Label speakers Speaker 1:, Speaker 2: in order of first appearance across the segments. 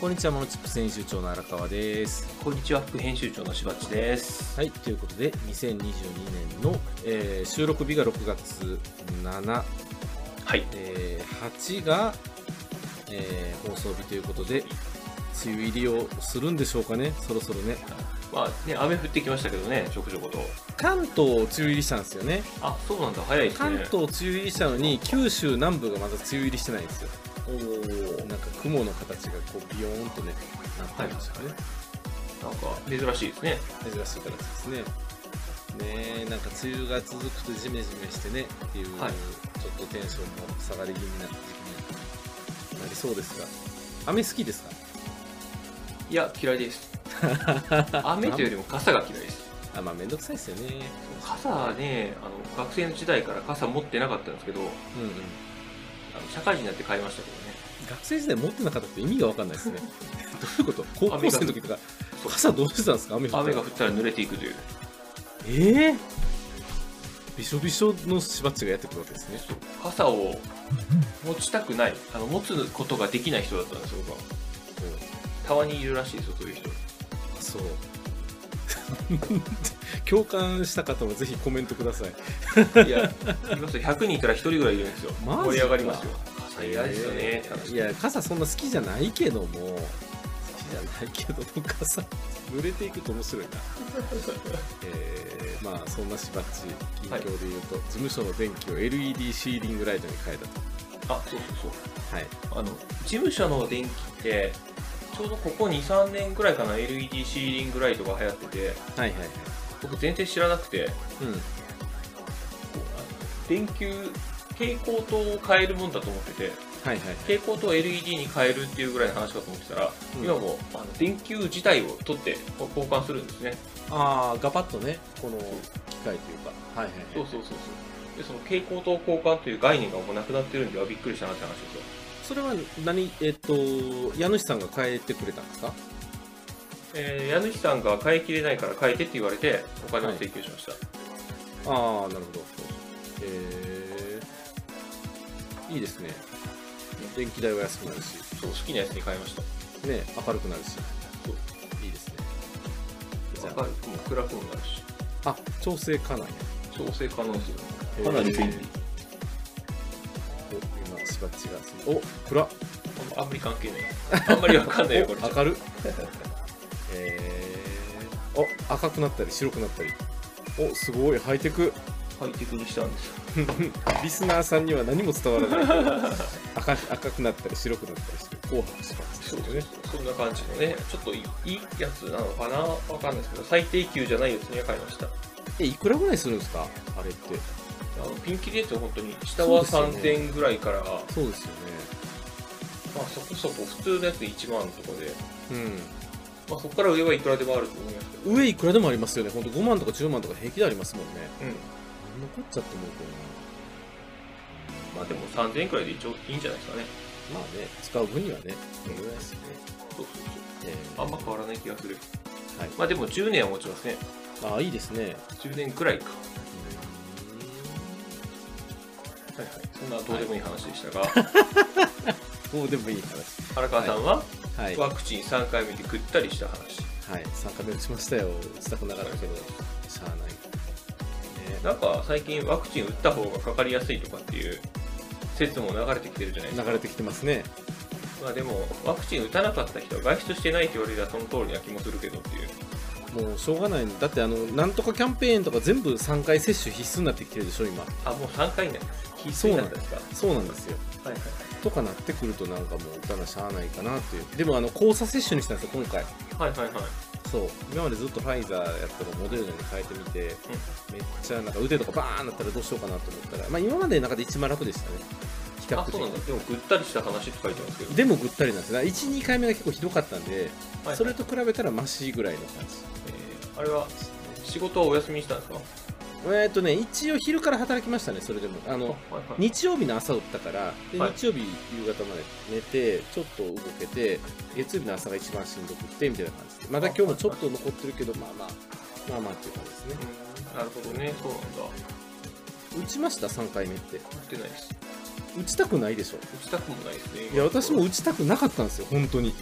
Speaker 1: こんにちはモノチップス編集長の荒川です
Speaker 2: こんにちは、副編集長のしばっちです。
Speaker 1: はいということで2022年の、えー収録日が6月7、
Speaker 2: はい、
Speaker 1: えー8が、えー放送日ということで梅雨入りをするんでしょうかねそろそろね
Speaker 2: まあね、雨降ってきましたけどね、ちょくちょこと。
Speaker 1: 関東梅雨入りしたんですよね
Speaker 2: あ、そうなんだ、早いです
Speaker 1: 関
Speaker 2: ね。
Speaker 1: 東梅雨入りしたのに九州南部がまだ梅雨入りしてないんですよ
Speaker 2: おー
Speaker 1: なんか雲の形がこうビヨーンとねなってるんですよね、
Speaker 2: なんか珍しいですね。
Speaker 1: 珍しい形ですね。ねえなんか梅雨が続くとジメジメしてねっていう、
Speaker 2: はい
Speaker 1: ちょっとテンションも下がり気味な時期になりそうですが雨好きですか
Speaker 2: いや、嫌い です。雨というよりも傘が嫌いです。
Speaker 1: あまあ面倒くさいですよね
Speaker 2: 傘ね、あの学生の時代から傘持ってなかったんですけど、
Speaker 1: うんうん
Speaker 2: あの社会人になって買いましたけどね。
Speaker 1: 学生時代持ってなかったって意味が分かんない ですねどういうこと高校生の時とか
Speaker 2: そう
Speaker 1: 傘どうしてたんですか雨降ったら
Speaker 2: 雨が降ったら濡れていくという。
Speaker 1: ええびしょびしょのしばっちがやってくるわけですね
Speaker 2: そう傘を持ちたくない、あの持つことができない人だったんですよ、僕は。たまにいるらしいですよ、そういう人。
Speaker 1: そう 共感した方はぜひコメントください
Speaker 2: いや、言いますよ、100人いたら1人ぐらいいるんですよ。
Speaker 1: マジか
Speaker 2: 盛り上がりますよ。傘嫌ですよね。
Speaker 1: いや傘そんな好きじゃないけども好きじゃないけども傘濡れていくと面白いな えーまあそんなしばっち近況で言うと、事務所の電気を LED シーリングライトに変えたと
Speaker 2: あ、そうそう
Speaker 1: はい
Speaker 2: そう。あの、事務所の電気って、ちょうどここ2、3年ぐらいかな、LED シーリングライトが流行ってて、
Speaker 1: はいはいはい
Speaker 2: 僕全然知らなくて、
Speaker 1: うん
Speaker 2: こうあの電球、蛍光灯を変えるもんだと思ってて、
Speaker 1: はいはい
Speaker 2: 蛍光灯を LED に変えるっていうぐらいの話かと思ってたら、
Speaker 1: うん
Speaker 2: 今もうあの電球自体を取ってこう交換するんですね。
Speaker 1: ああガパッとねこの機械というかはいはい
Speaker 2: そうそうそうそう。で、その蛍光灯交換という概念がもうなくなってるんで、あびっくりしたなって話ですよ。
Speaker 1: それは何えっと家主さんが変えてくれたんですか
Speaker 2: えー家主さんが買い切れないから買えてって言われてお金を請求しました、
Speaker 1: ああなるほどえー、いいですね電気代は安くなるし
Speaker 2: そう好きなやつに買いました
Speaker 1: ね明るくなるし
Speaker 2: そう
Speaker 1: いいですねじゃ
Speaker 2: 明るくも暗くもなるし
Speaker 1: あ調整かな
Speaker 2: 調整可能ですよ
Speaker 1: り
Speaker 2: かなり便利
Speaker 1: お今しばっちがそのお暗っ
Speaker 2: あんまり関係ないあんまりわかんないよこ れ
Speaker 1: お明るえー、お赤くなったり白くなったりおすごいハイテク
Speaker 2: ハイテクにしたんですよ
Speaker 1: リスナーさんには何も伝わらないけど 赤赤くなったり白くなったりして紅白します
Speaker 2: そうねそんな感じのねちょっといいいいやつなのかなわかんないですけど最低級じゃないやつには買いました
Speaker 1: えいくらぐらいするんですかあれって
Speaker 2: あのピンキリって本当に下は
Speaker 1: そうですよね
Speaker 2: 3000円ぐらいから、
Speaker 1: そうですよね
Speaker 2: まあそこそこ普通のやつ1万とかで、
Speaker 1: うん
Speaker 2: まあ、そこから上はいくらでもあると思いますけど
Speaker 1: 上いくらでもありますよね、ほんと5万とか10万とか平気でありますもんね。
Speaker 2: うん
Speaker 1: なんこっちゃって思うけど
Speaker 2: まあでも3000円くらいで一応いいんじゃないですかね
Speaker 1: な。まあね、使う分にはね、どれぐらいですよね。
Speaker 2: そうそうそう
Speaker 1: えー
Speaker 2: あんま変わらない気がする。
Speaker 1: はい
Speaker 2: まあでも10年は持ちますね。
Speaker 1: ああ、いいですね。
Speaker 2: 10年くらいか。はいはい。そんなどうでもいい話でしたが、
Speaker 1: どうでもいい話。
Speaker 2: 荒川さんは
Speaker 1: はい。は
Speaker 2: ワクチン3回目でぐったりした話。
Speaker 1: い。3回目打ちましたよ。打ちたくなかったけど、しゃあない。ね
Speaker 2: なんか最近ワクチン打った方がかかりやすいとかっていう説も流れてきてるじゃないですか。
Speaker 1: 流れてきてますね。
Speaker 2: まあでも、ワクチン打たなかった人は外出してないって言われたらその通りな気もするけどっていう。
Speaker 1: もうしょうがない。だって、あの、なんとかキャンペーンとか全部3回接種必須になってきてるでしょ、今。
Speaker 2: あ、もう3回になります。必須になったんですか。
Speaker 1: そうなんですよ。
Speaker 2: はいはい。
Speaker 1: とかなってくるとなんかもう打たなしゃあないかなっていうでもあの交差接種にしたんですよ今回
Speaker 2: はいはいはい。
Speaker 1: そう今までずっとファイザーやったらモデルナに変えてみて、めっちゃなんか腕とかバーンなったらどうしようかなと思ったらまあ今までの中で一番楽でしたね比
Speaker 2: あ、
Speaker 1: 較
Speaker 2: そうなんだ。
Speaker 1: 的
Speaker 2: でもぐったりした話って書いてますけど。
Speaker 1: でもぐったりなんですよ12回目が結構ひどかったんで、
Speaker 2: はいはい
Speaker 1: それと比べたらマシぐらいの感じ
Speaker 2: えーあれは仕事はお休みにしたんですか
Speaker 1: えーっとね一応昼から働きましたねそれでもあの
Speaker 2: あはいはい
Speaker 1: 日曜日の朝打ったからで
Speaker 2: はい
Speaker 1: 日曜日夕方まで寝てちょっと動けて月曜日の朝が一番しんどくってみたいな感じでまだ今日もちょっと残ってるけどまあまあまあまあっていう感じですね
Speaker 2: うんなるほどね、そうなんだ。
Speaker 1: 打ちました3回目って
Speaker 2: 打ってないです。
Speaker 1: 打ちたくないでしょ
Speaker 2: 打ちたくもないですね。
Speaker 1: いや私も
Speaker 2: うん。
Speaker 1: 打ちたくなかったんですよ本当に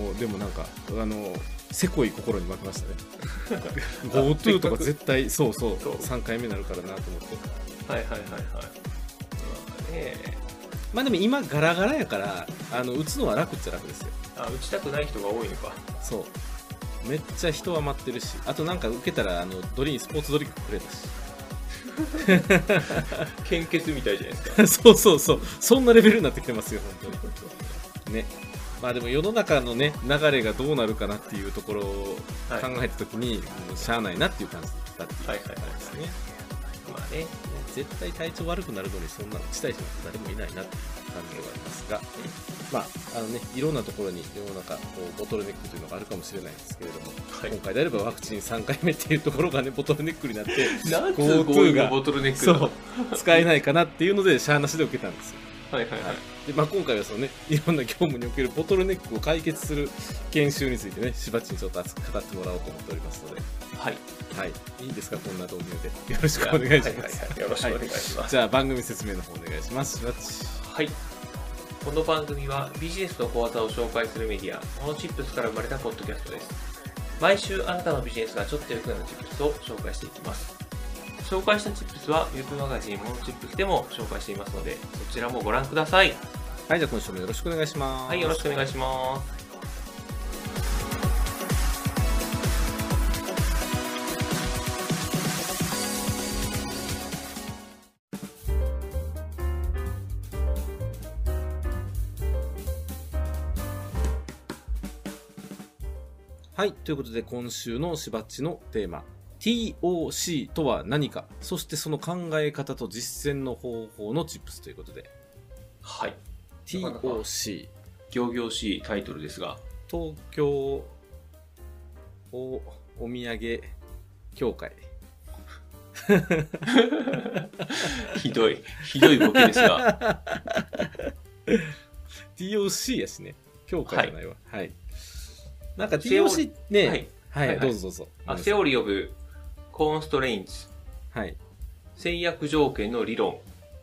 Speaker 1: もうでもなんかあのせこい心に負けましたね GoTo とか絶対そうそう
Speaker 2: そう
Speaker 1: 3回目になるからなと思って
Speaker 2: はいはいはいはい。まあね、
Speaker 1: まあでも今ガラガラやからあの打つのは楽っちゃ楽ですよ
Speaker 2: あ、打ちたくない人が多いのか。
Speaker 1: そうめっちゃ人は待ってるしあとなんか受けたらあのドリンスポーツドリンクくれたし
Speaker 2: 献血みたいじゃないです
Speaker 1: そ
Speaker 2: か。
Speaker 1: うそうそうそんなレベルになってきてますよ本当にねまあでも世の中のね流れがどうなるかなっていうところを
Speaker 2: はい。はい
Speaker 1: 考えた時に、もうしゃあないなっていう感じだったっていう
Speaker 2: はいはい
Speaker 1: 感じですね、
Speaker 2: は
Speaker 1: ね
Speaker 2: い。まあね。
Speaker 1: 絶対体調悪くなるのにそんな打ちたい人なんて誰もいないなっていう感じがありますが、まああのねいろんなところに世の中こうボトルネックというのがあるかもしれないですけれども
Speaker 2: はい
Speaker 1: 今。回であればワクチン3回目っていうところがねボトルネックになって
Speaker 2: なんつ
Speaker 1: GoTo
Speaker 2: う強引な
Speaker 1: が
Speaker 2: ボトルネック
Speaker 1: そ
Speaker 2: だ
Speaker 1: う使えないかなっていうのでしゃあなしで受けたんですよ
Speaker 2: はいはいはい。
Speaker 1: で、まあ、今回はそのねいろんな業務におけるボトルネックを解決する研修についてねしばっちにちょっと熱く語ってもらおうと思っておりますので、
Speaker 2: はい。
Speaker 1: はい、いいですかこんな導入でよろしくお願いします、
Speaker 2: はいはいはいよろしくお願いします。
Speaker 1: じゃあ番組説明の方お願いしますしばっち
Speaker 2: はい。この番組はビジネスの小技を紹介するメディア、モノチップスから生まれたポッドキャストです。毎週あなたのビジネスがちょっと良くなるチップスを紹介していきます。紹介したチップスはウェブマガジンモノチップスでも紹介していますので、そちらもご覧ください。
Speaker 1: はいじゃあ今週もよろしくお願いします
Speaker 2: はい、よろしくお願いします。
Speaker 1: はいということで今週のしばっちのテーマ TOC とは何かそしてその考え方と実践の方法のチップスということで
Speaker 2: はい。なかなか
Speaker 1: TOC
Speaker 2: 行々しいタイトル ですが、
Speaker 1: 東京おお土産協会
Speaker 2: ひどい、ひどいボケ ですが、
Speaker 1: TOC やしね協会じゃないわはい、なんか
Speaker 2: セオ
Speaker 1: TOC ね
Speaker 2: は
Speaker 1: はいい、
Speaker 2: はいはい
Speaker 1: どうぞどうぞ
Speaker 2: あセオリー・オブ・コンストレインツ、
Speaker 1: はい
Speaker 2: 制約条件の理論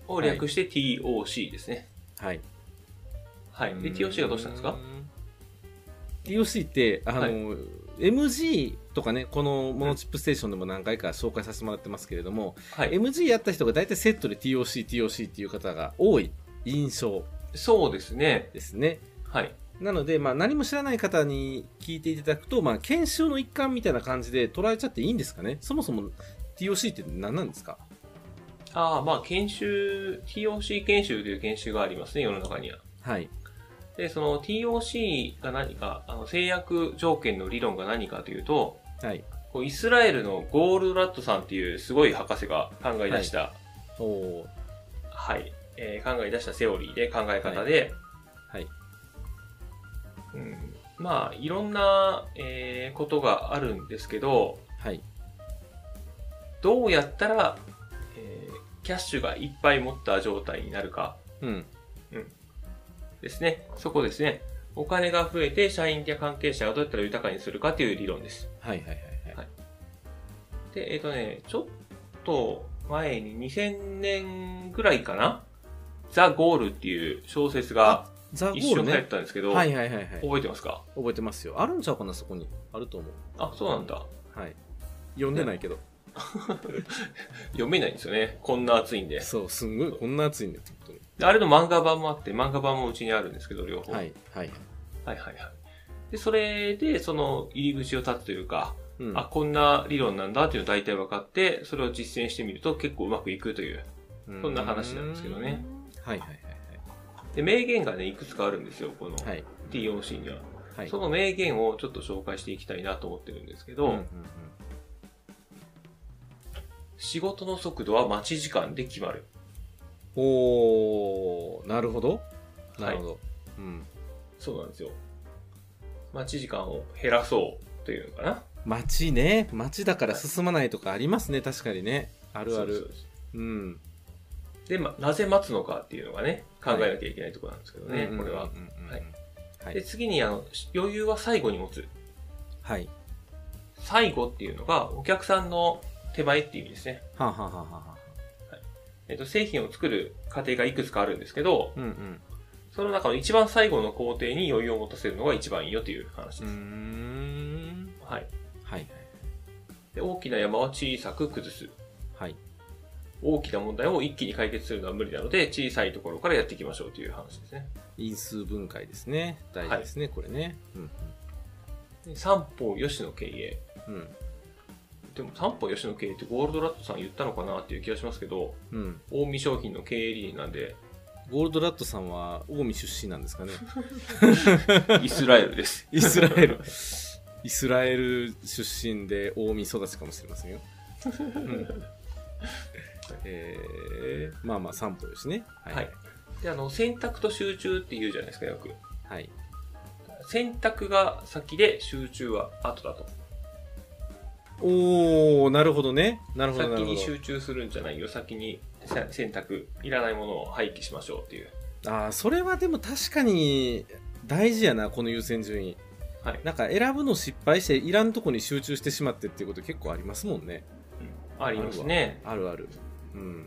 Speaker 2: を略して TOC ですね。
Speaker 1: はい
Speaker 2: はい。で、TOC がどうしたんですか
Speaker 1: うー TOC ってあの、
Speaker 2: はい
Speaker 1: MG とかねこのモノチップステーションでも何回か紹介させてもらってますけれども、
Speaker 2: はい。
Speaker 1: MG やった人が大体セットで TOCTOC っていう方が多い印象
Speaker 2: そうですね。
Speaker 1: ですね
Speaker 2: はい。
Speaker 1: なので、まあ、何も知らない方に聞いていただくと、まあ、研修の一環みたいな感じで捉えちゃっていいんですかねそもそも TOC って何なんですか
Speaker 2: ああ、まあ、研修、TOC 研修という研修がありますね、世の中には。
Speaker 1: はい。
Speaker 2: で、その TOC が何か、あの、制約条件の理論が何かというと、
Speaker 1: はい。
Speaker 2: こうイスラエルのゴールドラットさんっていうすごい博士が考え出した、
Speaker 1: おー
Speaker 2: はい、えー考え出したセオリーで考え方で、
Speaker 1: はい。
Speaker 2: うん、まあ、いろんな、えーことがあるんですけど、
Speaker 1: はい。
Speaker 2: どうやったら、えーキャッシュがいっぱい持った状態になるか
Speaker 1: うん。
Speaker 2: ですね。そこですね。お金が増えて社員や関係者をどうやったら豊かにするかという理論です。
Speaker 1: はいはいはいはい。
Speaker 2: はいで、えっ、とね、ちょっと前に2000年ぐらいかなザ・ゴールっていう小説が
Speaker 1: ザ・ゴ
Speaker 2: 一
Speaker 1: ール
Speaker 2: 瞬流行っ
Speaker 1: ね。
Speaker 2: たんですけど、
Speaker 1: はいはいはいはい。
Speaker 2: 覚えてますか
Speaker 1: 覚えてますよ。あるんちゃうかな、そこに。あると思う。
Speaker 2: あ、そうなんだ。
Speaker 1: はい。読んでないけど。
Speaker 2: 読めないんですよね。こんな暑いんで。
Speaker 1: そう、すんごい、こんな暑いんだよ、本当に。
Speaker 2: であれの漫画版もあって、漫画版もうちにあるんですけど、両方。
Speaker 1: はい。はい。
Speaker 2: はいはいはい。で、それで、その入り口を立つというか、
Speaker 1: うん。
Speaker 2: あ、こんな理論なんだっていうのを大体分かって、それを実践してみると結構うまくいくという。そんな話なんですけどね
Speaker 1: うーん。はいはいはい
Speaker 2: で、名言がね、いくつかあるんですよ、この
Speaker 1: はい。はい。
Speaker 2: TOC には。
Speaker 1: はい。
Speaker 2: その名言をちょっと紹介していきたいなと思ってるんですけど、
Speaker 1: うんうんうん
Speaker 2: 仕事の速度は待ち時間で決まる。
Speaker 1: おー、なるほど。なるほど。うん。
Speaker 2: そうなんですよ。待ち時間を減らそうというのかな。
Speaker 1: 街ね街だから進まないとかありますね確かにねあ
Speaker 2: あ
Speaker 1: るある
Speaker 2: で
Speaker 1: ううん
Speaker 2: で、ま、なぜ待つのかっていうのがね、考えなきゃいけないところなんですけどね、これは
Speaker 1: うん。うんうんうん
Speaker 2: はい
Speaker 1: は
Speaker 2: で、
Speaker 1: い
Speaker 2: 次に、あの、余裕は最後に持つ。
Speaker 1: はい
Speaker 2: 最後っていうのがお客さんの手前っていう意味ですね。
Speaker 1: はあはあはあはあは
Speaker 2: えっと、製品を作る過程がいくつかあるんですけど、
Speaker 1: うんうん
Speaker 2: その中の一番最後の工程に余裕を持たせるのが一番いいよという話
Speaker 1: う
Speaker 2: で
Speaker 1: ー
Speaker 2: す。
Speaker 1: ん
Speaker 2: はい。
Speaker 1: はい
Speaker 2: で大きな山は小さく崩す。
Speaker 1: はい
Speaker 2: 大きな問題を一気に解決するのは無理なので、小さいところからやっていきましょうという話ですね。
Speaker 1: 因数分解ですね大事ですね、これねうん
Speaker 2: で三方よしの経営。
Speaker 1: うん
Speaker 2: でも三方よしの経営ってゴールドラットさん言ったのかなっていう気がしますけど、
Speaker 1: うん、うん、
Speaker 2: 近江商品の経営理念なんで、
Speaker 1: ゴールドラットさんは近江出身なんですかね
Speaker 2: イスラエルです。
Speaker 1: イスラエル。イスラエル出身で近江育ちかもしれませんよ、うん、えー、まあまあ三歩ですねはい
Speaker 2: はい。で、あの、選択と集中って言うじゃないですか、よく。
Speaker 1: はい、
Speaker 2: 選択が先で集中は後だと。
Speaker 1: おおなるほどねなるほどな
Speaker 2: 先
Speaker 1: るほ
Speaker 2: に
Speaker 1: ど
Speaker 2: 集中するんじゃないよ。先にせ選択、いらないものを廃棄しましょうっていう。
Speaker 1: ああそれはでも確かに大事やなこの優先順位
Speaker 2: はい。
Speaker 1: なんか選ぶの失敗していらんとこに集中してしまってっていうこと結構ありますもんね
Speaker 2: ありますね。
Speaker 1: あるあるうん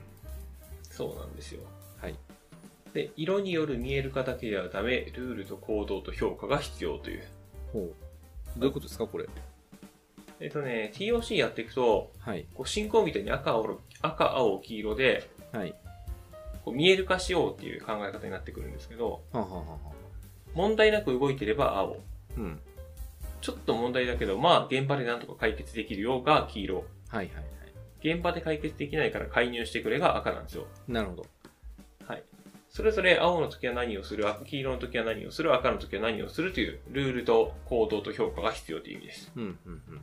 Speaker 2: そうなんですよ。
Speaker 1: はい
Speaker 2: で、色による見える化だけではダメ、ルールと行動と評価が必要という。
Speaker 1: ほうどういうことですかこれ
Speaker 2: えっとね、TOC やっていくと、
Speaker 1: はい
Speaker 2: こう進行みたいに赤、青、赤、青、黄色で、
Speaker 1: はい
Speaker 2: こう見える化しようっていう考え方になってくるんですけど、
Speaker 1: はあ、はあはあはあ、
Speaker 2: 問題なく動いてれば青。
Speaker 1: うん
Speaker 2: ちょっと問題だけど、まあ現場でなんとか解決できるようが黄色。
Speaker 1: はいはいはい
Speaker 2: 現場で解決できないから介入してくれが赤なんですよ。
Speaker 1: なるほど
Speaker 2: はい。それぞれ青の時は何をする、黄色の時は何をする、赤の時は何をするというルールと行動と評価が必要という意味です。
Speaker 1: うんうんうん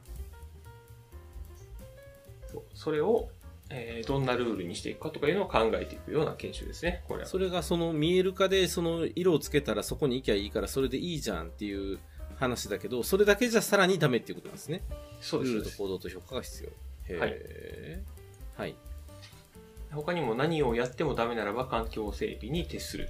Speaker 2: そうそれを、えーどんなルールにしていくかとかいうのを考えていくような研修ですね。これは。
Speaker 1: それがその見える化でその色をつけたらそこに行きゃいいからそれでいいじゃんっていう話だけどそれだけじゃさらにダメっていうことなんですね
Speaker 2: そうです
Speaker 1: ルー
Speaker 2: そ
Speaker 1: ル
Speaker 2: うで
Speaker 1: と
Speaker 2: す。
Speaker 1: 行動と評価が必要へえはい、
Speaker 2: 他にも何をやってもダメならば環境整備に徹する。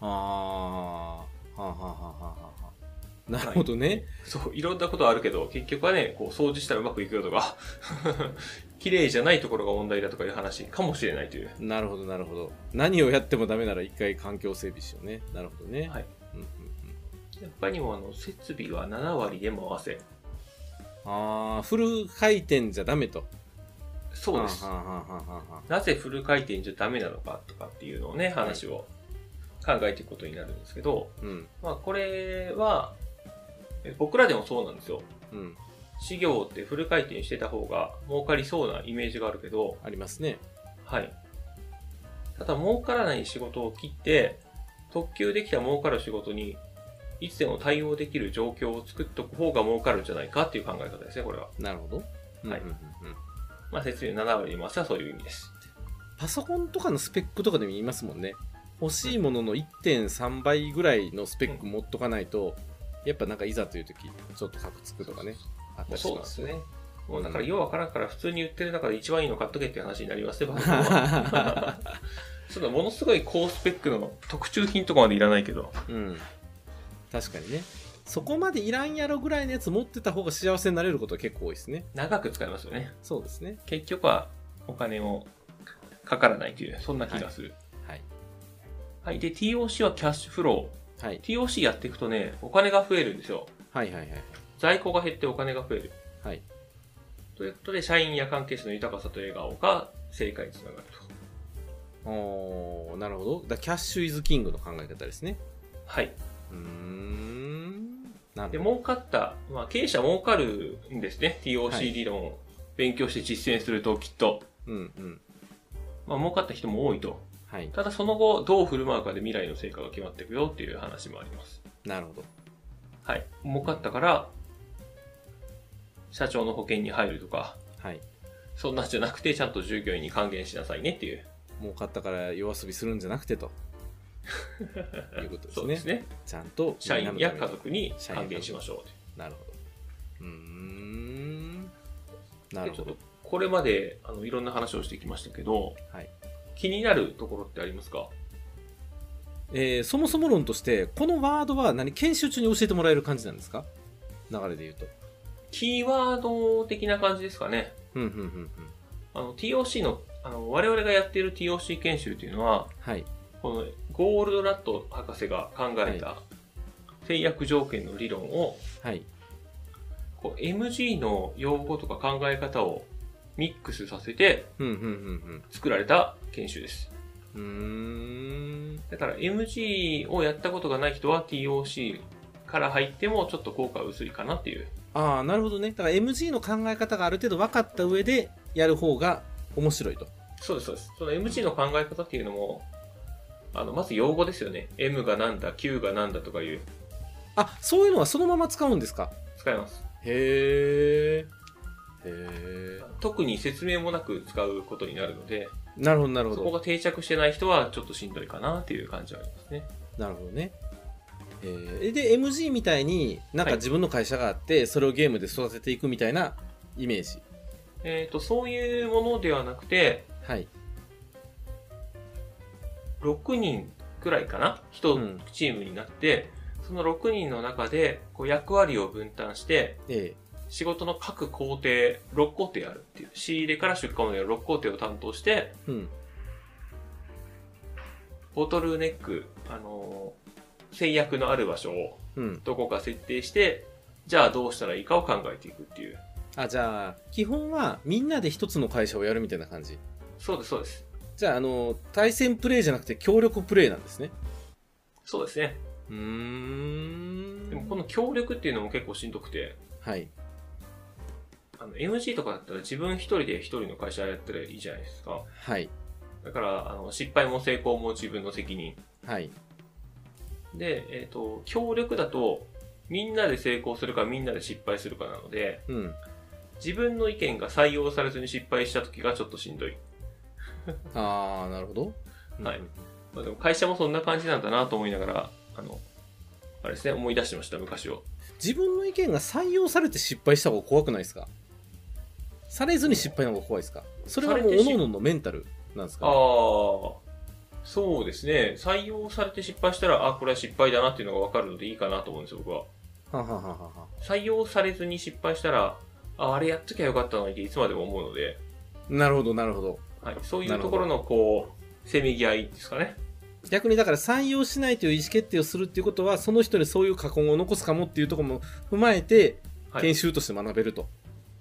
Speaker 1: ああはあはあはあはあはあなるほどね、
Speaker 2: そう、いろんなことあるけど、結局はね、こう掃除したらうまくいくよとか、 綺麗じゃないところが問題だとかいう話かもしれないという。
Speaker 1: なるほどなるほど何をやってもダメなら一回環境整備しようねなるほどね、
Speaker 2: はい
Speaker 1: うんうんうん、
Speaker 2: 他にもあの設備は7割で回せ
Speaker 1: ああフル回転じゃダメと
Speaker 2: そうです
Speaker 1: はあはあはあはあはあ
Speaker 2: なぜフル回転じゃダメなのかとかっていうのをね話を考えていくことになるんですけど、
Speaker 1: うん
Speaker 2: まあ、これはえ僕らでもそうなんですよ
Speaker 1: うん
Speaker 2: 事業ってフル回転してた方が儲かりそうなイメージがあるけど
Speaker 1: ありますね
Speaker 2: はいただ儲からない仕事を切って特急できた儲かる仕事にいつでも対応できる状況を作っとく方が儲かるんじゃないかっていう考え方ですねこれは、
Speaker 1: なるほど、うん
Speaker 2: はい
Speaker 1: うんうんうん
Speaker 2: まあ、説明7割で回すはそういう意味です
Speaker 1: パソコンとかのスペックとかでも言いますもんね欲しいものの1.3倍ぐらいのスペック持っとかないと、やっぱなんかいざという時ちょっとカクつくとかねあったりし
Speaker 2: そう
Speaker 1: ま
Speaker 2: ですす
Speaker 1: よ
Speaker 2: ね。
Speaker 1: うん
Speaker 2: もうだから、要はからんから普通に売ってる中で一番いいの買っとけって話になります ね、バンドは。ちょっとものすごい高スペックの特注品とかまでいらないけど。
Speaker 1: うん確かにねそこまでいらんやろぐらいのやつ持ってた方が幸せになれることは結構多いですね
Speaker 2: 長く使えますよね。
Speaker 1: そうですね
Speaker 2: 結局はお金もかからないという、そんな気がする。
Speaker 1: はい
Speaker 2: はい。で、TOC はキャッシュフロ
Speaker 1: はい
Speaker 2: ー。TOC やっていくとね、お金が増えるんですよ。
Speaker 1: はいはいはい
Speaker 2: 在庫が減ってお金が増える。
Speaker 1: はい
Speaker 2: ということで、社員や関係者の豊かさと笑顔が正解につながると。
Speaker 1: おーなるほどだからキャッシュイズキングの考え方ですね
Speaker 2: はい。
Speaker 1: うーんな
Speaker 2: で、
Speaker 1: るほ
Speaker 2: 儲かった、まあ、経営者儲かるんですね。
Speaker 1: は
Speaker 2: TOC
Speaker 1: い
Speaker 2: 理論を勉強して実践するときっと。
Speaker 1: どうんうん
Speaker 2: まあ、儲かった人も多いと。
Speaker 1: はい
Speaker 2: ただその後、どう振る舞うかで未来の成果が決まっていくよっていう話もあります。
Speaker 1: なるほど
Speaker 2: はい。儲かったから、社長の保険に入るとか、
Speaker 1: はい
Speaker 2: そんなんじゃなくて、ちゃんと従業員に還元しなさいねっていう。
Speaker 1: 儲かったから夜遊びするんじゃなく てということです
Speaker 2: そう
Speaker 1: ね
Speaker 2: ですね。
Speaker 1: ちゃんと
Speaker 2: 社員や
Speaker 1: みん
Speaker 2: 家
Speaker 1: なのために
Speaker 2: 族に還元しましょうと
Speaker 1: なるほどうーんな
Speaker 2: で
Speaker 1: る
Speaker 2: ち
Speaker 1: ほ
Speaker 2: ょっ
Speaker 1: ど
Speaker 2: と、これまで、あの、いろんな話をしてきましたけど、
Speaker 1: はい
Speaker 2: 気になるところってありますか
Speaker 1: えーそもそも論としてこのワードは何研修中に教えてもらえる感じなんですか流れで言うと
Speaker 2: キーワード的な感じですかね。
Speaker 1: うんうんうんうん
Speaker 2: あの、TOC のあの、我々がやっている TOC 研修というのは、
Speaker 1: はい。
Speaker 2: このゴールドラット博士が考えた制約条件の理論を、
Speaker 1: はい。
Speaker 2: こう MG の用語とか考え方をミックスさせて
Speaker 1: うん、うん、
Speaker 2: 作られた研修です。
Speaker 1: うん、うん。うーん。
Speaker 2: だから MG をやったことがない人は TOC から入ってもちょっと効果は薄いかなっていう。
Speaker 1: ああ、なるほどね。だから MG の考え方がある程度分かった上でやる方が面白いと。
Speaker 2: そうです、そうです。その MG の考え方っていうのも、あの、まず用語ですよね。M がなんだ、Q がなんだとかいう、
Speaker 1: あ、そういうのはそのまま使うんですか
Speaker 2: 使います。
Speaker 1: へえ。へえ。
Speaker 2: 特に説明もなく使うことになるので、
Speaker 1: なるほど、なるほ
Speaker 2: そこ
Speaker 1: ど。
Speaker 2: が定着してない人はちょっとしんどいかなっていう感じはありますね。
Speaker 1: なるほどね。えー、で、MG みたいになんか自分の会社があって、それをゲームで育てていくみたいなイメージ。
Speaker 2: えっ、と、そういうものではなくて、
Speaker 1: はい。
Speaker 2: 6人くらいかな人
Speaker 1: うん
Speaker 2: チームになって、その6人の中でこう役割を分担して、
Speaker 1: え
Speaker 2: 仕事の各工程、6工程あるっていう、仕入れから出荷までの6工程を担当して、
Speaker 1: えうん。
Speaker 2: ボトルネック、あのー制約のある場所を
Speaker 1: うん。
Speaker 2: どこか設定して、じゃあどうしたらいいかを考えていくっていう。
Speaker 1: あ、じゃあ、基本はみんなで一つの会社をやるみたいな感じ。
Speaker 2: そうです、そうです。
Speaker 1: じゃあ、あの、対戦プレイじゃなくて協力プレイなんですね。
Speaker 2: そうですね。
Speaker 1: うーん。
Speaker 2: でもこの協力っていうのも結構しんどくて、
Speaker 1: はい。
Speaker 2: あの、MG とかだったら自分一人で一人の会社やったらいいじゃないですか。
Speaker 1: はい。
Speaker 2: だから、あの、失敗も成功も自分の責任。
Speaker 1: はい。
Speaker 2: で、えっ、と、協力だと、みんなで成功するかみんなで失敗するかなので、
Speaker 1: うん。
Speaker 2: 自分の意見が採用されずに失敗した時がちょっとしんどい。
Speaker 1: あー、なるほど。
Speaker 2: はい
Speaker 1: うん
Speaker 2: まあ、でも会社もそんな感じなんだなと思いながら、あの、あれですね、思い出してました、昔を。
Speaker 1: 自分の意見が採用されて失敗した方が怖くないですかされずに失敗の方が怖いですかそれはもう
Speaker 2: され
Speaker 1: 各
Speaker 2: てし
Speaker 1: 々のメンタルなんです
Speaker 2: ああ
Speaker 1: か、
Speaker 2: そうですね。採用されて失敗したら、あ、これは失敗だなっていうのがわかるのでいいかなと思うんですよ、僕は。
Speaker 1: ははははは
Speaker 2: 採用されずに失敗したら、あ、あれやっときゃよかったのにっていつまでも思うので、
Speaker 1: なるほど、なるほど。
Speaker 2: はい、そうい
Speaker 1: な
Speaker 2: う
Speaker 1: るほ
Speaker 2: と
Speaker 1: ど
Speaker 2: ころの、こう、せめぎ合いですかね。
Speaker 1: 逆にだから採用しないという意思決定をするっていうことは、その人にそういう過去を残すかもっていうところも踏まえて、
Speaker 2: はい
Speaker 1: 研修として学べると。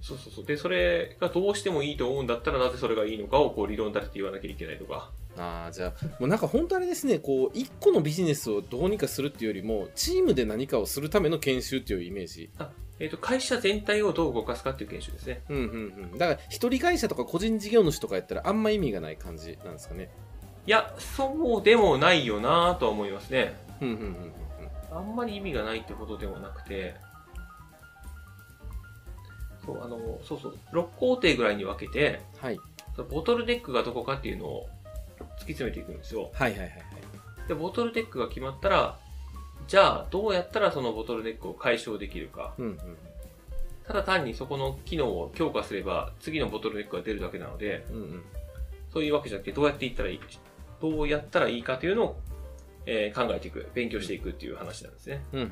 Speaker 2: そうそうそう。で、それがどうしてもいいと思うんだったら、なぜそれがいいのかを、こう、理論立てて言わなきゃいけないとか。
Speaker 1: ああ、じゃあ、もうなんか本当あれですね、こう、一個のビジネスをどうにかするっていうよりも、チームで何かをするための研修っていうイメージ。
Speaker 2: えっ、と、会社全体をどう動かすかっていう研修ですね。
Speaker 1: うんうんうん。だから、一人会社とか個人事業主とかやったら、あんま意味がない感じなんですかね。
Speaker 2: いや、そうでもないよなぁとは思いますね。
Speaker 1: うんうんうんうんうん。
Speaker 2: あんまり意味がないってことでもなくて、そう、あの、そうそう、6工程ぐらいに分けて、
Speaker 1: はい。
Speaker 2: そのボトルネックがどこかっていうのを突き詰めていくんですよ。
Speaker 1: はいはいはいはい。
Speaker 2: で、ボトルネックが決まったら、じゃあ、どうやったらそのボトルネックを解消できるか。
Speaker 1: うんうん。
Speaker 2: ただ単にそこの機能を強化すれば、次のボトルネックが出るだけなので、
Speaker 1: うんうん。
Speaker 2: そういうわけじゃなくて、どうやっていったらいい、どうやったらいいかというのを、えー考えていく、勉強していくっていう話なんですね。
Speaker 1: うんうんうん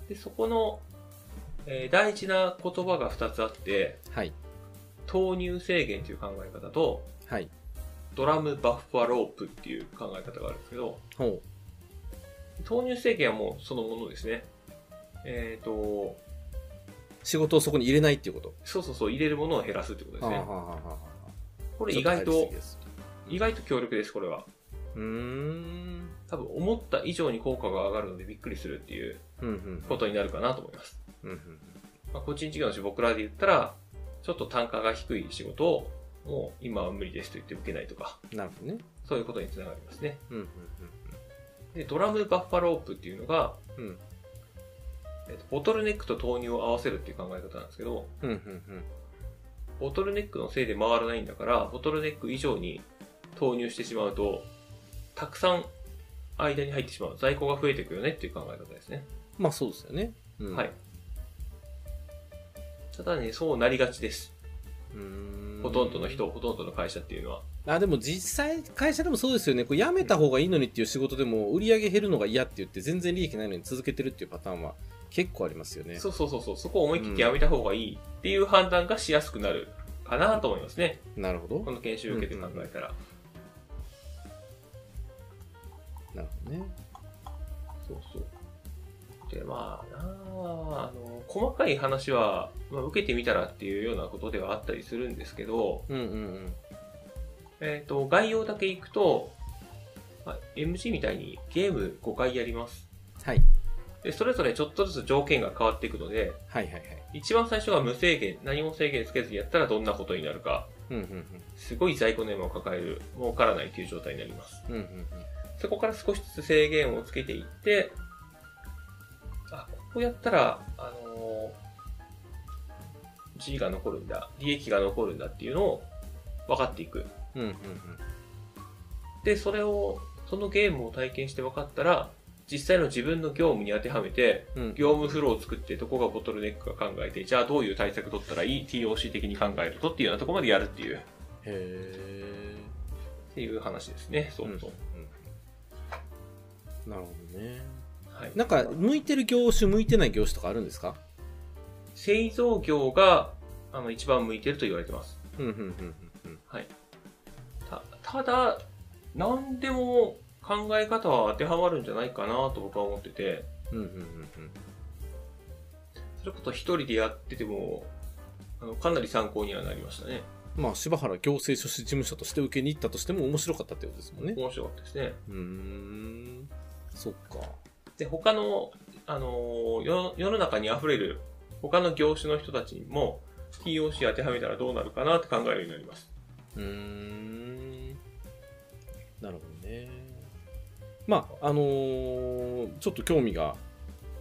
Speaker 1: うん。
Speaker 2: で、そこの、えー大事な言葉が2つあって、
Speaker 1: はい。
Speaker 2: 投入制限という考え方と、
Speaker 1: はい。
Speaker 2: ドラムバッファロープっていう考え方があるんですけど、
Speaker 1: ほ
Speaker 2: 投入制限はもうそのものですね。えっ、と、
Speaker 1: う。仕事をそこに入れないっていうこと。
Speaker 2: そうそうそう、入れるものを減らすってことです
Speaker 1: はあ
Speaker 2: ね。
Speaker 1: はあはあはあ
Speaker 2: これ意外
Speaker 1: ちょっ入りす
Speaker 2: と
Speaker 1: ぎ、です
Speaker 2: 意外と強力です、これは。
Speaker 1: うーん。
Speaker 2: 多分思った以上に効果が上がるのでびっくりするっていう
Speaker 1: うんうん
Speaker 2: ことになるかなと思います。
Speaker 1: うんうん。
Speaker 2: まあ、個人事業主僕らで言ったら、ちょっと単価が低い仕事を、もう今は無理ですと言って受けないとか、
Speaker 1: なるほどね。
Speaker 2: そういうことにつながりますね。
Speaker 1: うんうん
Speaker 2: で、ドラムバッファロープっていうのが、
Speaker 1: うん。うん
Speaker 2: えっと、ボトルネックと投入を合わせるっていう考え方なんですけど、
Speaker 1: うんうんうん。
Speaker 2: ボトルネックのせいで回らないんだから、ボトルネック以上に投入してしまうと、たくさん間に入ってしまう。在庫が増えていくよねっていう考え方ですね。
Speaker 1: まあそうですよね。うん
Speaker 2: はい。。ただね、そうなりがちです。
Speaker 1: うー
Speaker 2: ほとんどの人、ほとんどの会社っていうのは。
Speaker 1: あでも実際会社でもそうですよねこう辞めた方がいいのにっていう仕事でも売り上げ減るのが嫌って言って全然利益ないのに続けてるっていうパターンは結構ありますよね
Speaker 2: そうそうそうそう、そこを思い切ってやめた方がいいっていう判断がしやすくなるかなと思いますね。
Speaker 1: なるほど
Speaker 2: こ。の研修受けて考えたら。
Speaker 1: なるほどね。
Speaker 2: そうそう。で、まあなあ、あの、細かい話は、まあ、受けてみたらっていうようなことではあったりするんですけど、
Speaker 1: うんうん
Speaker 2: えっ、と、概要だけいくと、まあ MG みたいにゲーム5回やります。
Speaker 1: はい。
Speaker 2: で、それぞれちょっとずつ条件が変わっていくので、
Speaker 1: はいはいはい。
Speaker 2: 一番最初は無制限、何も制限つけずにやったらどんなことになるか、
Speaker 1: うんうん
Speaker 2: すごい在庫の山を抱える、儲からないという状態になります。
Speaker 1: うん。うんうん
Speaker 2: そこから少しずつ制限をつけていって、あ、ここやったら、あのー G が残るんだ、利益が残るんだっていうのを分かっていく。
Speaker 1: うん。うんうん
Speaker 2: で、それを、そのゲームを体験して分かったら、実際の自分の業務に当てはめて、
Speaker 1: うん。うん。
Speaker 2: 業務フローを作って、どこがボトルネックか考えて、じゃあどういう対策取ったらいい ?TOC 的に考えるとっていうようなところまでやるっていう、っ
Speaker 1: へえ。
Speaker 2: ていう話ですね。そうそう。
Speaker 1: なるほどね。
Speaker 2: はい。
Speaker 1: なんか、向いてる業種、向いてない業種とかあるんですか
Speaker 2: 製造業が、あの、一番向いてると言われてます。
Speaker 1: うんうんうんうん。
Speaker 2: たただ、何でも考え方は当てはまるんじゃないかなと僕は思ってて、
Speaker 1: うんうんうん
Speaker 2: それこそ一人でやってても、あのかなり参考にはなりましたね。
Speaker 1: うん。まあ、柴原行政書士事務所として受けに行ったとしても面白かったってことですもんね。
Speaker 2: 面白かったですね。
Speaker 1: うーん。そっか。
Speaker 2: で、他の、あのー世世の中に溢れる他の業種の人たちにも、TOC 当てはめたらどうなるかなって考えるようになります。
Speaker 1: うーん。なるほどね。まあ、あのーちょっと興味が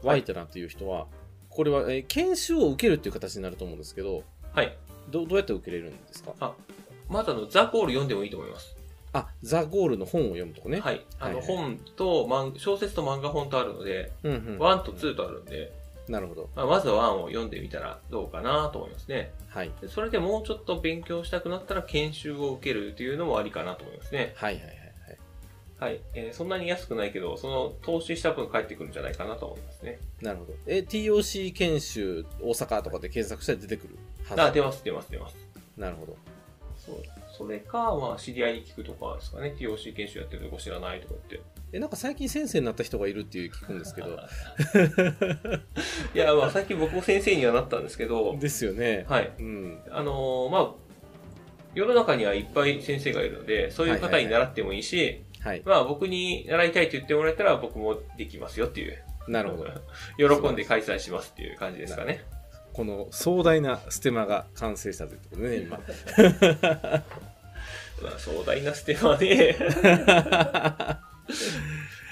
Speaker 1: 湧いたなっていう人は、これは、えー研修を受けるっていう形になると思うんですけど、
Speaker 2: はい。
Speaker 1: どどうやって受けれるんですか
Speaker 2: まずあの、ザ・ゴール読んでもいいと思います。
Speaker 1: あ、ザ・ゴールの本を読むとこね。
Speaker 2: はい。あの、
Speaker 1: はいはい
Speaker 2: 本と漫、小説と漫画本とあるので、
Speaker 1: うんうん、
Speaker 2: 1と2とあるんで、
Speaker 1: なるほど。
Speaker 2: まあ、まずは1を読んでみたらどうかなと思いますね。
Speaker 1: はい。
Speaker 2: でそれでもうちょっと勉強したくなったら研修を受けるというのもありかなと思いますね。
Speaker 1: はいはいはいはい。
Speaker 2: はい。えーそんなに安くないけど、その投資した分返ってくるんじゃないかなと思いますね。
Speaker 1: なるほど。え、TOC 研修大阪とかで検索したら出てくるはず。
Speaker 2: あ、出ます、出ます、出ます。
Speaker 1: なるほど。
Speaker 2: そう。それか、まあ、知り合いに聞くとかですかね。TOC 研修やってるとこ知らないとか言って。
Speaker 1: え、なんか最近先生になった人がいるっていう聞くんです けど。
Speaker 2: いや、まあ、最近僕も先生にはなったんですけど、
Speaker 1: ですよね。
Speaker 2: はい。
Speaker 1: うん。
Speaker 2: あのーまあ、世の中にはいっぱい先生がいるので、そういう方に習ってもいいし、
Speaker 1: はい。
Speaker 2: まあ僕に習いたいと言ってもらえたら僕もできますよっていう。
Speaker 1: なるほど。
Speaker 2: 喜んで開催しますっていう感じですかね。
Speaker 1: この壮大なステマが完成したということでね、今。
Speaker 2: まあ、壮大なステマで、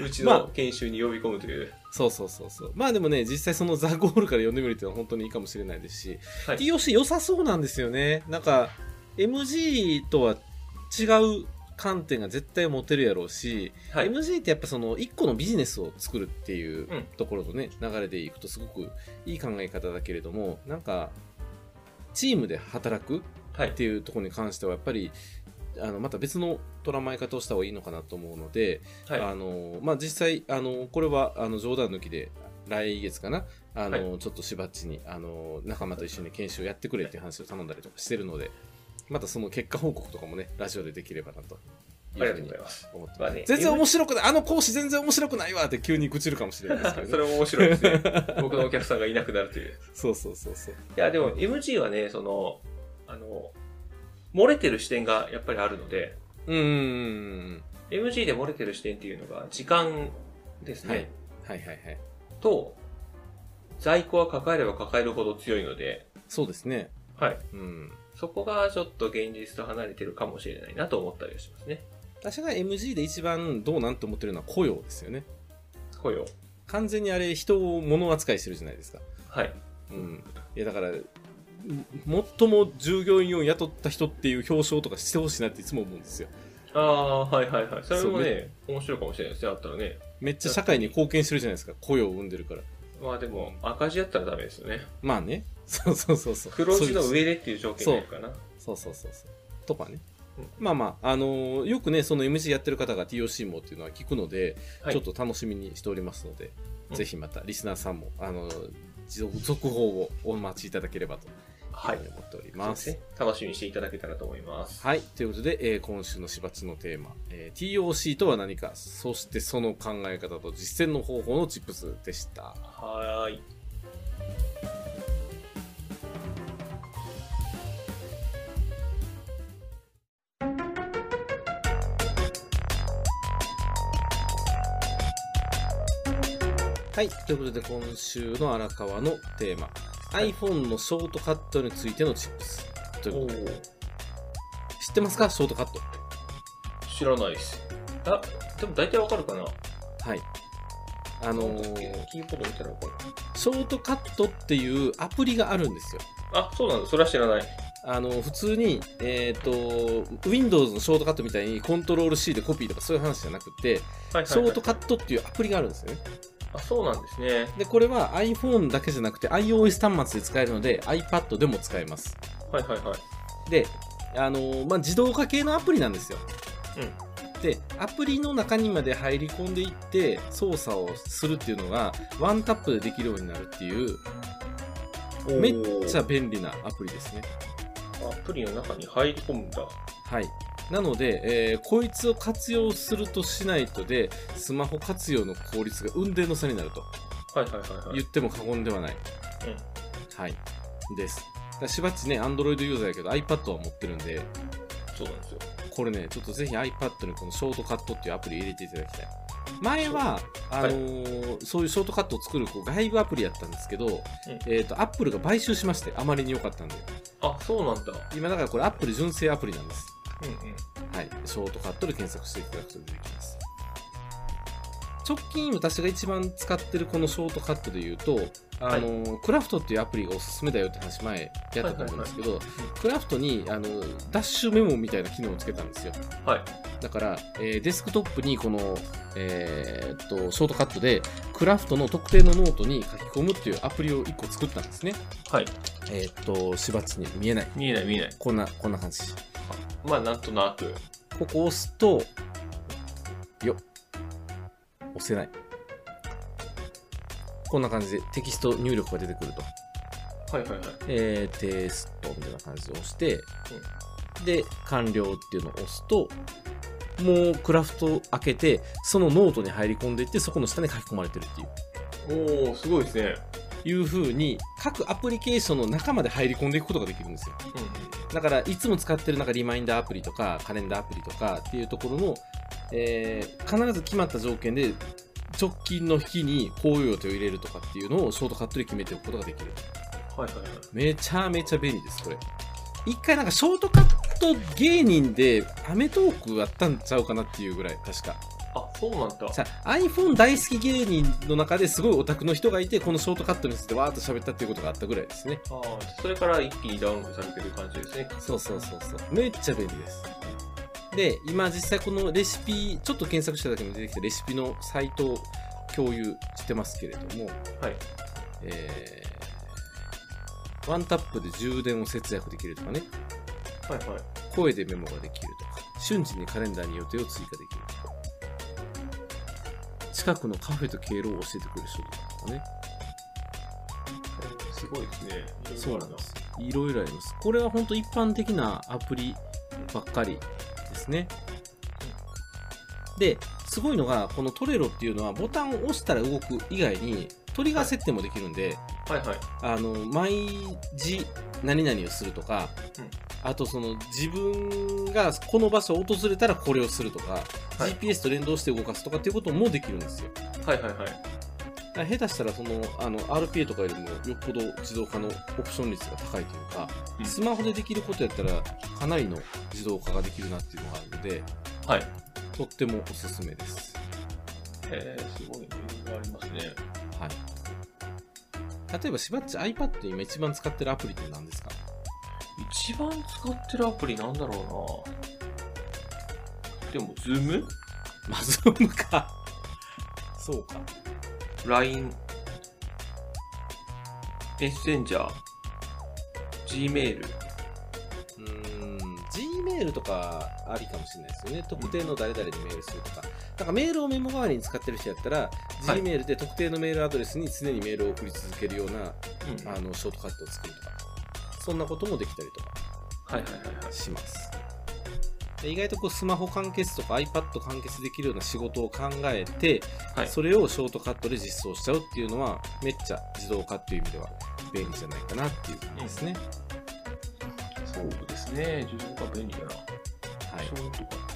Speaker 2: うちの研修に呼び込むという。
Speaker 1: そうそうそうそう。まあでもね、実際そのザ・ゴールから読んでみるっていうのは本当にいいかもしれないですし、
Speaker 2: はい
Speaker 1: TOC 良さそうなんですよね。なんか、MG とは違う観点が絶対持てるやろうし、
Speaker 2: はい。
Speaker 1: MG ってやっぱその1個のビジネスを作るっていう
Speaker 2: うん
Speaker 1: ところとね、流れでいくとすごくいい考え方だけれども、なんか、チームで働く
Speaker 2: は
Speaker 1: っ
Speaker 2: い。
Speaker 1: ていうところに関してはやっぱりあのまた別の捉まえ方をした方がいいのかなと思うので、
Speaker 2: はい。
Speaker 1: あのまあ、実際あのこれはあの冗談抜きで来月かなあの、ちょっとしばっちにあの仲間と一緒に研修をやってくれっていう話を頼んだりとかしてるのでまたその結果報告とかもねラジオでできればなと。
Speaker 2: ありがとうございます。
Speaker 1: 思って
Speaker 2: まあね、
Speaker 1: 全然面白くない、あの講師全然面白くないわって急に愚痴るかもしれないですけ ど、
Speaker 2: そ
Speaker 1: ね、
Speaker 2: れも面白いですね。僕のお客さんがいなくなるという。
Speaker 1: そうそうそうそう。
Speaker 2: いや、でも MG はね、その、あの、漏れてる視点がやっぱりあるので、
Speaker 1: うーん。
Speaker 2: MG で漏れてる視点っていうのが時間ですね。
Speaker 1: はい。はいはいはい。
Speaker 2: と、在庫は抱えれば抱えるほど強いので、
Speaker 1: そうですね。
Speaker 2: はい。
Speaker 1: うん。
Speaker 2: そこがちょっと現実と離れてるかもしれないなと思ったりはしますね。
Speaker 1: 私が MG で一番どうなんて思ってるのは雇用ですよね。
Speaker 2: 雇用。
Speaker 1: 完全にあれ人を物扱いしてるじゃないですか。
Speaker 2: はい。
Speaker 1: うん。いやだから、ん最も従業員を雇った人っていう表彰とかしてほしいなっていつも思うんですよ。
Speaker 2: ああ、はいはいはい。それも
Speaker 1: そう
Speaker 2: ね、面白いかもしれないですね。あったらね。
Speaker 1: めっちゃ社会に貢献してるじゃないですか。雇用を生んでるから。
Speaker 2: まあでも、赤字だったらダメですよね。
Speaker 1: まあね。 そうそうそうそう。
Speaker 2: 黒字の
Speaker 1: そういう
Speaker 2: 上でっていう条件がいるかな。
Speaker 1: そうそうそうそう。とかね
Speaker 2: うん。
Speaker 1: まあまあ、あのーよくね、その MG やってる方が TOC もっていうのは聞くので、
Speaker 2: はい
Speaker 1: ちょっと楽しみにしておりますので、
Speaker 2: うん
Speaker 1: ぜひまたリスナーさんも、あのー続報をお待ちいただければというふうに思っており
Speaker 2: そう
Speaker 1: ま
Speaker 2: です
Speaker 1: す。
Speaker 2: ね。楽しみにしていただけたらと思います。
Speaker 1: はい。ということで、えー今週のしばつのテーマ、えー TOC とは何か、そしてその考え方と実践の方法のチップスでした。
Speaker 2: はーい。
Speaker 1: はい。ということで、今週の荒川のテーマ、iPhone のショートカットについてのチップス。ということで、
Speaker 2: おー
Speaker 1: 知ってますかショートカット。
Speaker 2: 知らないです。あ、でも大体わかるかな。
Speaker 1: はい。あ
Speaker 2: あ
Speaker 1: の
Speaker 2: キ
Speaker 1: ー
Speaker 2: ーボード見たらわかる。
Speaker 1: ショートカットっていうアプリがあるんですよ。
Speaker 2: あ、そうなんだ。それは知らない。
Speaker 1: あの普通に、えっと Windows のショートカットみたいにコントロール C でコピーとかそういう話じゃなくて、
Speaker 2: はいはいはい
Speaker 1: ショートカットっていうアプリがあるんですよね。
Speaker 2: あ、そうなんですね。
Speaker 1: で、これは iPhone だけじゃなくて iOS 端末で使えるので iPad でも使えます。
Speaker 2: はいはいはい。
Speaker 1: で、あのまあ、自動化系のアプリなんですよ。で、アプリの中にまで入り込んでいって操作をするっていうのがワンタップでできるようになるっていうめっちゃ
Speaker 2: ゃ
Speaker 1: 便利なアプリですね。
Speaker 2: アプリの中に入り込むんだ。
Speaker 1: はい。なので、えーこいつを活用するとしないとで、スマホ活用の効率が運転の差になると
Speaker 2: はいはいはいはい。
Speaker 1: 言っても過言ではない。
Speaker 2: うん
Speaker 1: はい。です。だしばっちね、Android ユーザーやけど iPad は持ってるんで、
Speaker 2: そうなんですよ。
Speaker 1: これね、ちょっとぜひ iPad にこのショートカットっていうアプリ入れていただきたい。前は、あのーそういうショートカットを作るこう外部アプリやったんですけど、えっ、と、Apple が買収しまして、あまりに良かったんで。
Speaker 2: あ、そうなんだ。
Speaker 1: 今だからこれ Apple 純正アプリなんです。
Speaker 2: うんうん。
Speaker 1: はい、ショートカットで検索していただくと出てきます。直近私が一番使ってるこのショートカットで言うと、あの、クラフトっていうアプリがおすすめだよって話前やったと思うんですけど、クラフトにあのダッシュメモみたいな機能をつけたんですよ。
Speaker 2: はい。
Speaker 1: だから、えーデスクトップにこの、えーっと、ショートカットでクラフトの特定のノートに書き込むっていうアプリを1個作ったんですね。
Speaker 2: はい。
Speaker 1: えーっと、しばっちに見えない。
Speaker 2: 見えない見えない。
Speaker 1: こんな、こんな感じ。
Speaker 2: まあ、なんとなく。
Speaker 1: ここ押すと、よっ押せない。こんな感じでテキスト入力が出てくると。
Speaker 2: はいはいはい。
Speaker 1: えー、テストみたいな感じで押して、で、完了っていうのを押すと、もうクラフト開けて、そのノートに入り込んでいって、そこの下に書き込まれてるっていう。
Speaker 2: おー、すごいですね。
Speaker 1: いう風に各アプリケーションの中まで入り込んでいくことができるんですよ。
Speaker 2: うんうん。
Speaker 1: だからいつも使ってるなんかリマインダーアプリとかカレンダーアプリとかっていうところの、えー必ず決まった条件で直近の日にこういう予定を入れるとかっていうのをショートカットで決めておくことができる
Speaker 2: はいはいはい。
Speaker 1: めちゃめちゃ便利ですこれ一回なんかショートカット芸人でアメトークやったんちゃうかなっていうぐらい確か
Speaker 2: あ、そうなんだ。
Speaker 1: さ iPhone 大好き芸人の中ですごいオタクの人がいてこのショートカットについてわーっと喋ったっていうことがあったぐらいですね
Speaker 2: あーそれから一気にダウンロードされてる感じですね。
Speaker 1: そうそうそうそう。めっちゃ便利です。で、今実際このレシピ、ちょっと検索しただけでも出てきたレシピのサイトを共有してますけれども、
Speaker 2: はい。
Speaker 1: えーワンタップで充電を節約できるとかね、
Speaker 2: はいはい。
Speaker 1: 声でメモができるとか、瞬時にカレンダーに予定を追加できるとか、近くのカフェと経路を教えてくれる人とかね、
Speaker 2: すごいですね。
Speaker 1: そうなんです。いろいろあります。これは本当一般的なアプリばっかりですね。で、すごいのが、このトレロっていうのはボタンを押したら動く以外にトリガー設定もできるんで、
Speaker 2: はいはい。
Speaker 1: あの、毎時何々をするとか
Speaker 2: うん、
Speaker 1: あとその自分がこの場所を訪れたらこれをするとか、
Speaker 2: はい
Speaker 1: GPS と連動して動かすとかっていうこともできるんですよ。
Speaker 2: はいはいはい。
Speaker 1: だから下手したらそのあの RPA とかよりもよっぽど自動化のオプション率が高いというか、
Speaker 2: うん
Speaker 1: スマホでできることやったらかなりの自動化ができるなっていうのがあるので
Speaker 2: はい。
Speaker 1: とってもおすすめです、
Speaker 2: えー、すごいね。いろいろありますね。
Speaker 1: はい、例えばしばっち iPad で今一番使ってるアプリって何ですか
Speaker 2: 一番使ってるアプリなんだろうなでも、ズーム
Speaker 1: マズオムかそうか
Speaker 2: ?LINE、メッセンジャー、Gmail。
Speaker 1: うーん Gmail とかありかもしれないですよね特定の誰々にメールするとかなんかメールをメモ代わりに使ってる人やったら、
Speaker 2: い
Speaker 1: Gmail で特定のメールアドレスに常にメールを送り続けるような
Speaker 2: うん
Speaker 1: あのショートカットを作るとかそんなこともできたりとか
Speaker 2: はいはいはいはい。
Speaker 1: します。で意外とこうスマホ完結とか iPad 完結できるような仕事を考えて、
Speaker 2: はい
Speaker 1: それをショートカットで実装しちゃうっていうのはめっちゃ自動化っていう意味では便利じゃないかなっていう感じですね。
Speaker 2: そうですね。自動化便利だな。
Speaker 1: はい
Speaker 2: ショートカット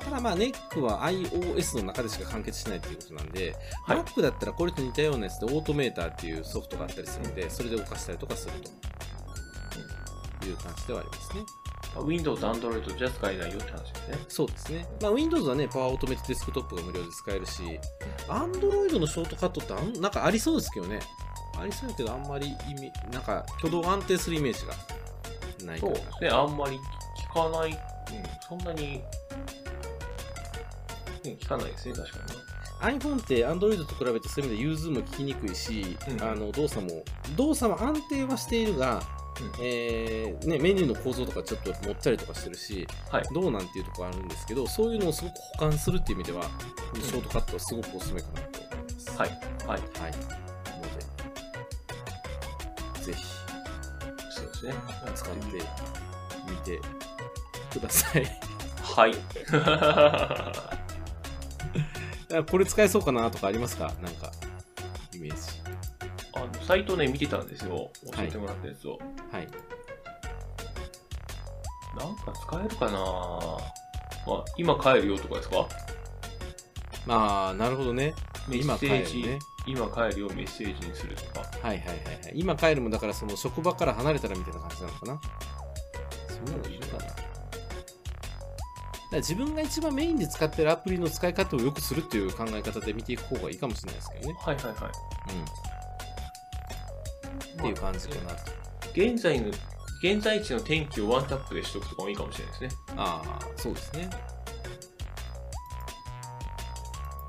Speaker 1: ただまあネックは iOS の中でしか完結しないということなんで、
Speaker 2: はい
Speaker 1: Mac だったらこれと似たようなやつでオートメーターっていうソフトがあったりするので、それで動かしたりとかするという感じではありますね。
Speaker 2: あ Windows と Android じゃ使えないよって話ですね。
Speaker 1: そうですね。まあ Windows はね、パワーオートメイトデスクトップが無料で使えるし、Android のショートカットってあんなんかありそうですけどね。ありそうやけどあんまり意味、なんか挙動が安定するイメージがないか
Speaker 2: そう
Speaker 1: ら。
Speaker 2: ですね。あんまり聞かない。うん、そんなに、うん、聞かないですね、確かにね。
Speaker 1: iPhone って Android と比べてそういう意味で融通も聞きにくいし、
Speaker 2: うん
Speaker 1: あの動作も動作は安定はしているが、
Speaker 2: う
Speaker 1: えーね、メニューの構造とかちょっともったりとかしてるし、
Speaker 2: はい
Speaker 1: どうなんていうところあるんですけどそういうのをすごく補完するっていう意味では
Speaker 2: ん
Speaker 1: ショートカットはすごくおすすめかなと思います。
Speaker 2: はい。はい。
Speaker 1: はい、のでぜひ
Speaker 2: そうですね。
Speaker 1: 使ってみてくだ さい。
Speaker 2: はい。
Speaker 1: あこれ使えそうかなとかありますかなんかイメージ。
Speaker 2: あの、サイトね、見てたんですよ。教えてもらったやつを。
Speaker 1: はい、
Speaker 2: なんか使えるかなまあ、今帰るよとかですか
Speaker 1: まあなるほどね。
Speaker 2: メ
Speaker 1: 今
Speaker 2: ッセ
Speaker 1: 帰
Speaker 2: ージ、
Speaker 1: るね。
Speaker 2: 今帰るよメッセージにするとか。
Speaker 1: はいはいはいはい。今帰るもだからその職場から離れたらみたいな感じなのかな。そんなのいるかな。だから自分が一番メインで使ってるアプリの使い方を良くするっていう考え方で見ていく方がいいかもしれないですけどね。
Speaker 2: はいはいは
Speaker 1: うん。
Speaker 2: い。
Speaker 1: っていう感じかなと。
Speaker 2: 現在の、現在地の天気をワンタップでしとくとかもいいかもしれないですね。
Speaker 1: ああ、そうですね。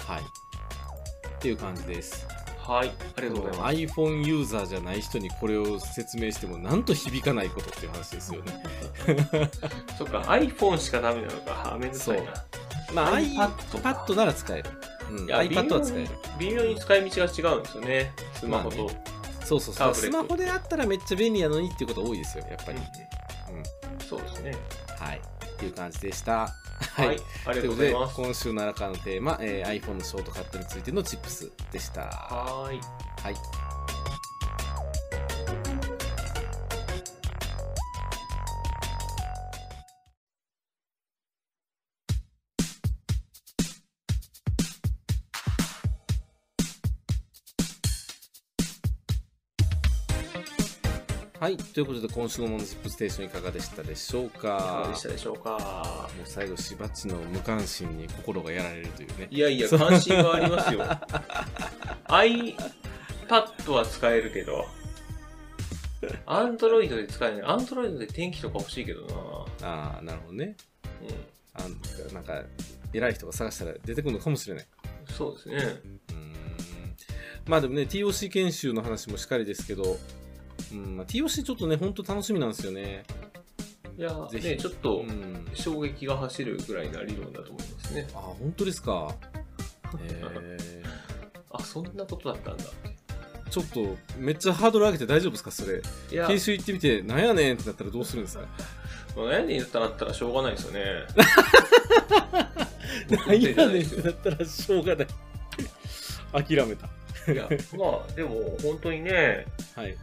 Speaker 1: はい。っていう感じです。
Speaker 2: はい。ありがとうございます。
Speaker 1: iPhone ユーザーじゃない人にこれを説明してもなんと響かないことっていう話ですよね。
Speaker 2: そっか、iPhone しかダメなのか。あめんどくさいな。
Speaker 1: まあ、
Speaker 2: iPad か
Speaker 1: iPad なら使える。うん、
Speaker 2: いや
Speaker 1: iPad は使える。
Speaker 2: 微妙に使い道が違うんですよね。スマホと。
Speaker 1: まそうそう
Speaker 2: タ
Speaker 1: そう。
Speaker 2: ブレ
Speaker 1: ス
Speaker 2: ット
Speaker 1: マホであったらめっちゃ便利やのにっていうこと多いですよ、やっぱり。
Speaker 2: う
Speaker 1: う
Speaker 2: ん
Speaker 1: ん
Speaker 2: そうですね。
Speaker 1: はい。っていう感じでした。は。
Speaker 2: はいい。あ
Speaker 1: とい
Speaker 2: りがと
Speaker 1: うこ
Speaker 2: うご
Speaker 1: と
Speaker 2: ざい
Speaker 1: で
Speaker 2: ま、す。
Speaker 1: 今週のあらかのテーマ、えー iPhone のショートカットについてのチップスでした。は
Speaker 2: はーい。
Speaker 1: い。はい。ということで、今週のモノチップステーションいかがでしたでしょう
Speaker 2: いか
Speaker 1: か
Speaker 2: がでしたでしょうか。
Speaker 1: もう最後、しばっちの無関心に心がやられるというね。
Speaker 2: いやいや、関心はあり ますよ。iPad は使えるけど、Android で使えない。Android で天気とか欲しいけどな。
Speaker 1: ああ、なるほどね。
Speaker 2: う
Speaker 1: あなんか、偉い人が探したら出てくるのかもしれない。
Speaker 2: ん、そうですね。
Speaker 1: うーん。まあでもね、TOC 研修の話もしっかりですけど、うんまあ、TOC ちょっとね、ほんと楽しみなんですよね。
Speaker 2: いや、
Speaker 1: ぜひ
Speaker 2: ね、ちょっと
Speaker 1: うん。
Speaker 2: 衝撃が走るぐらいな理論だと思いますね。
Speaker 1: ああ、本当ですか。え
Speaker 2: あ、そんなことだったんだ。
Speaker 1: ー、ちょっと、めっちゃハードル上げて大丈夫ですかそれ。
Speaker 2: いや、
Speaker 1: 研修行ってみて、なんやねんってなったらどうするんですか
Speaker 2: まあ悩んでいったらなったらしょうがないですよね。
Speaker 1: なんやねんってなったらしょうがない。 諦めた。
Speaker 2: いや、まあ、でも本当にね、
Speaker 1: はい。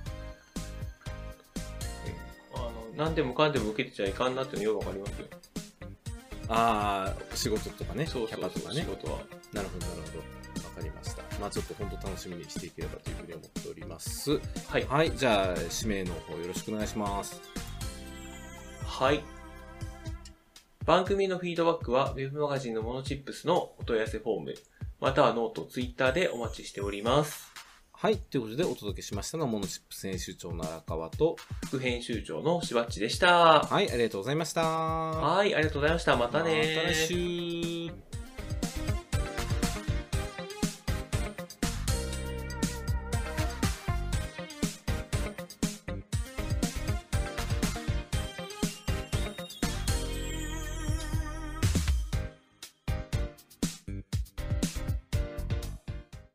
Speaker 2: あの何でもかんでも受けてちゃいかんなっていうのよくわかりますよ。
Speaker 1: ああ、仕事とかね、
Speaker 2: そう
Speaker 1: キャ
Speaker 2: そ
Speaker 1: パ
Speaker 2: う
Speaker 1: と
Speaker 2: そ
Speaker 1: か
Speaker 2: う、
Speaker 1: ね
Speaker 2: 仕。事は。
Speaker 1: なるほど、なるほど。わかりました。まあちょっと本当楽しみにしていければというふうに思っております。
Speaker 2: はい。
Speaker 1: はい、じゃあ、指名の方よろしくお願いします。
Speaker 2: はい。番組のフィードバックは Web マガジンのモノチップスのお問い合わせフォーム、またはノート、ツイッターでお待ちしております。
Speaker 1: はい、ということでお届けしましたのは、モノチップ編集長の荒川と、
Speaker 2: 副編集長のしばっちでした。
Speaker 1: はい、ありがとうございました。
Speaker 2: はい、ありがとうございました。またねー
Speaker 1: また来週。